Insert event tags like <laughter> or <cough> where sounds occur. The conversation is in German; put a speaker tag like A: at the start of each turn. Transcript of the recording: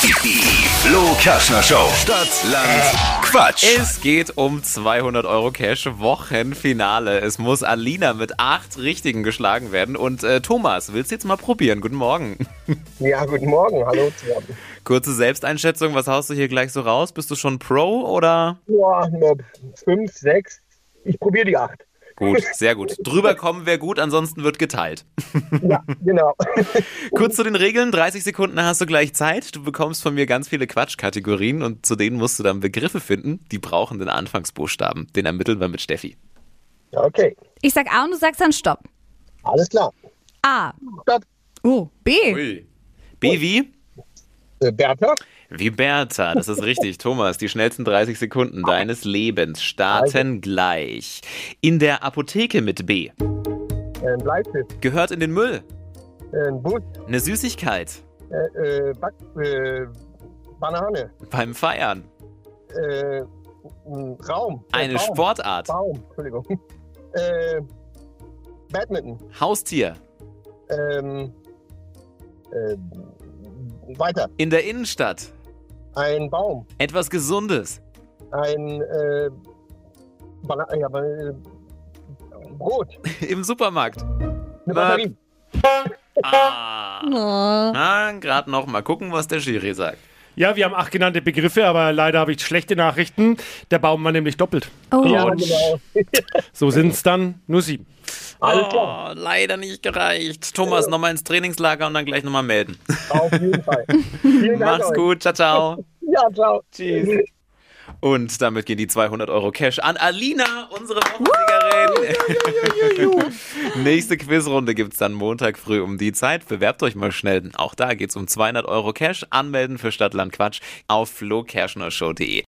A: Die Flo Kaschner Show. Stadt, Land, Quatsch.
B: Es geht um 200 Euro Cash Wochenfinale. Es muss Alina mit acht Richtigen geschlagen werden. Und äh, Thomas, willst du jetzt mal probieren? Guten Morgen. <laughs>
C: Ja, guten Morgen, hallo zusammen.
B: Kurze Selbsteinschätzung. Was haust du hier gleich so raus? Bist du schon Pro oder?
C: Boah, nur fünf, sechs. Ich probiere die acht. <laughs>
B: Gut, sehr gut. Drüber kommen wäre gut, ansonsten wird geteilt. <laughs>
C: Ja, genau. <laughs>
B: Kurz zu den Regeln. 30 Sekunden hast du gleich Zeit. Du bekommst von mir ganz viele Quatschkategorien und zu denen musst du dann Begriffe finden. Die brauchen den Anfangsbuchstaben. Den ermitteln wir mit Steffi.
C: Ja, okay,
D: Ich sag A und du sagst dann Stopp.
C: alles klar.
D: A.
C: Stadt,
D: Oh, B.
B: B wie?
C: äh, Bertha.
B: Wie Bertha, das ist richtig. Thomas, die schnellsten 30 Sekunden deines Lebens starten gleich. In der Apotheke mit B.
C: Äh, Ein Bleistift,
B: Gehört in den Müll.
C: äh, ein Bus,
B: Eine Süßigkeit.
C: äh, äh, Back, äh, Banane,
B: Beim Feiern.
C: äh, ein Raum. Äh,
B: Eine
C: Baum,
B: Sportart.
C: Baum, Entschuldigung. Äh, Badminton,
B: Haustier.
C: ähm, äh, weiter.
B: In der Innenstadt.
C: Ein Baum,
B: Etwas Gesundes. <laughs>
C: ein, äh, Bana ja, aber, äh, Brot,
B: Im Supermarkt.
C: eine Batterie.
B: Ah,
D: Oh.
B: na, gerade noch mal gucken, was der Schiri sagt.
E: Ja, wir haben acht genannte Begriffe, aber leider habe ich schlechte Nachrichten. Der Baum war nämlich doppelt.
D: Oh.
C: Ja, genau.
E: So sind es dann nur sieben.
C: Alles klar.
B: Oh, leider nicht gereicht. Thomas, nochmal ins Trainingslager und dann gleich nochmal melden.
C: Auf jeden Fall. Vielen Dank
B: Mach's
C: euch.
B: gut, ciao, ciao.
C: Ja, ciao. Tschüss.
B: Und damit gehen die 200 Euro Cash an Alina, unsere Wochensiegerin. <laughs> Nächste Quizrunde gibt's dann Montag früh um die Zeit. Bewerbt euch mal schnell. Auch da geht's um 200 Euro Cash. Anmelden für Stadtland Quatsch auf flokerschnershow.de.